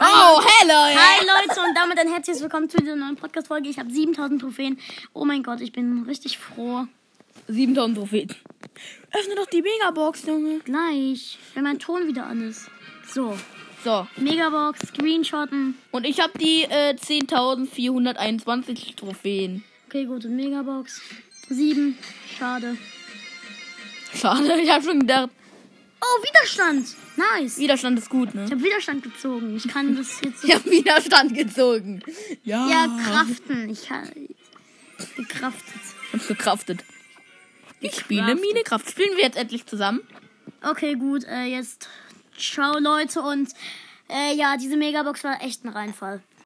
Oh, hello! ey. Hi Leute und damit ein herzliches Willkommen zu dieser neuen Podcast-Folge. Ich habe 7000 Trophäen. Oh mein Gott, ich bin richtig froh. 7000 Trophäen. Öffne doch die Megabox, Junge. Gleich, wenn mein Ton wieder an ist. So, So, Megabox, Screenshotten. und ich habe die äh, 10.421 Trophäen. Okay, gut, und Megabox. 7, schade. Schade, ich habe schon gedacht, Oh, Widerstand! Nice! Widerstand ist gut, ne? Ich habe Widerstand gezogen. Ich kann das jetzt so Ich habe Widerstand gezogen. Ja. ja kraften. Ich habe gekraftet. Hab's gekraftet. Ich spiele Minecraft. Spielen wir jetzt endlich zusammen? Okay, gut, äh, jetzt ciao Leute und äh, ja, diese Megabox war echt ein Reinfall.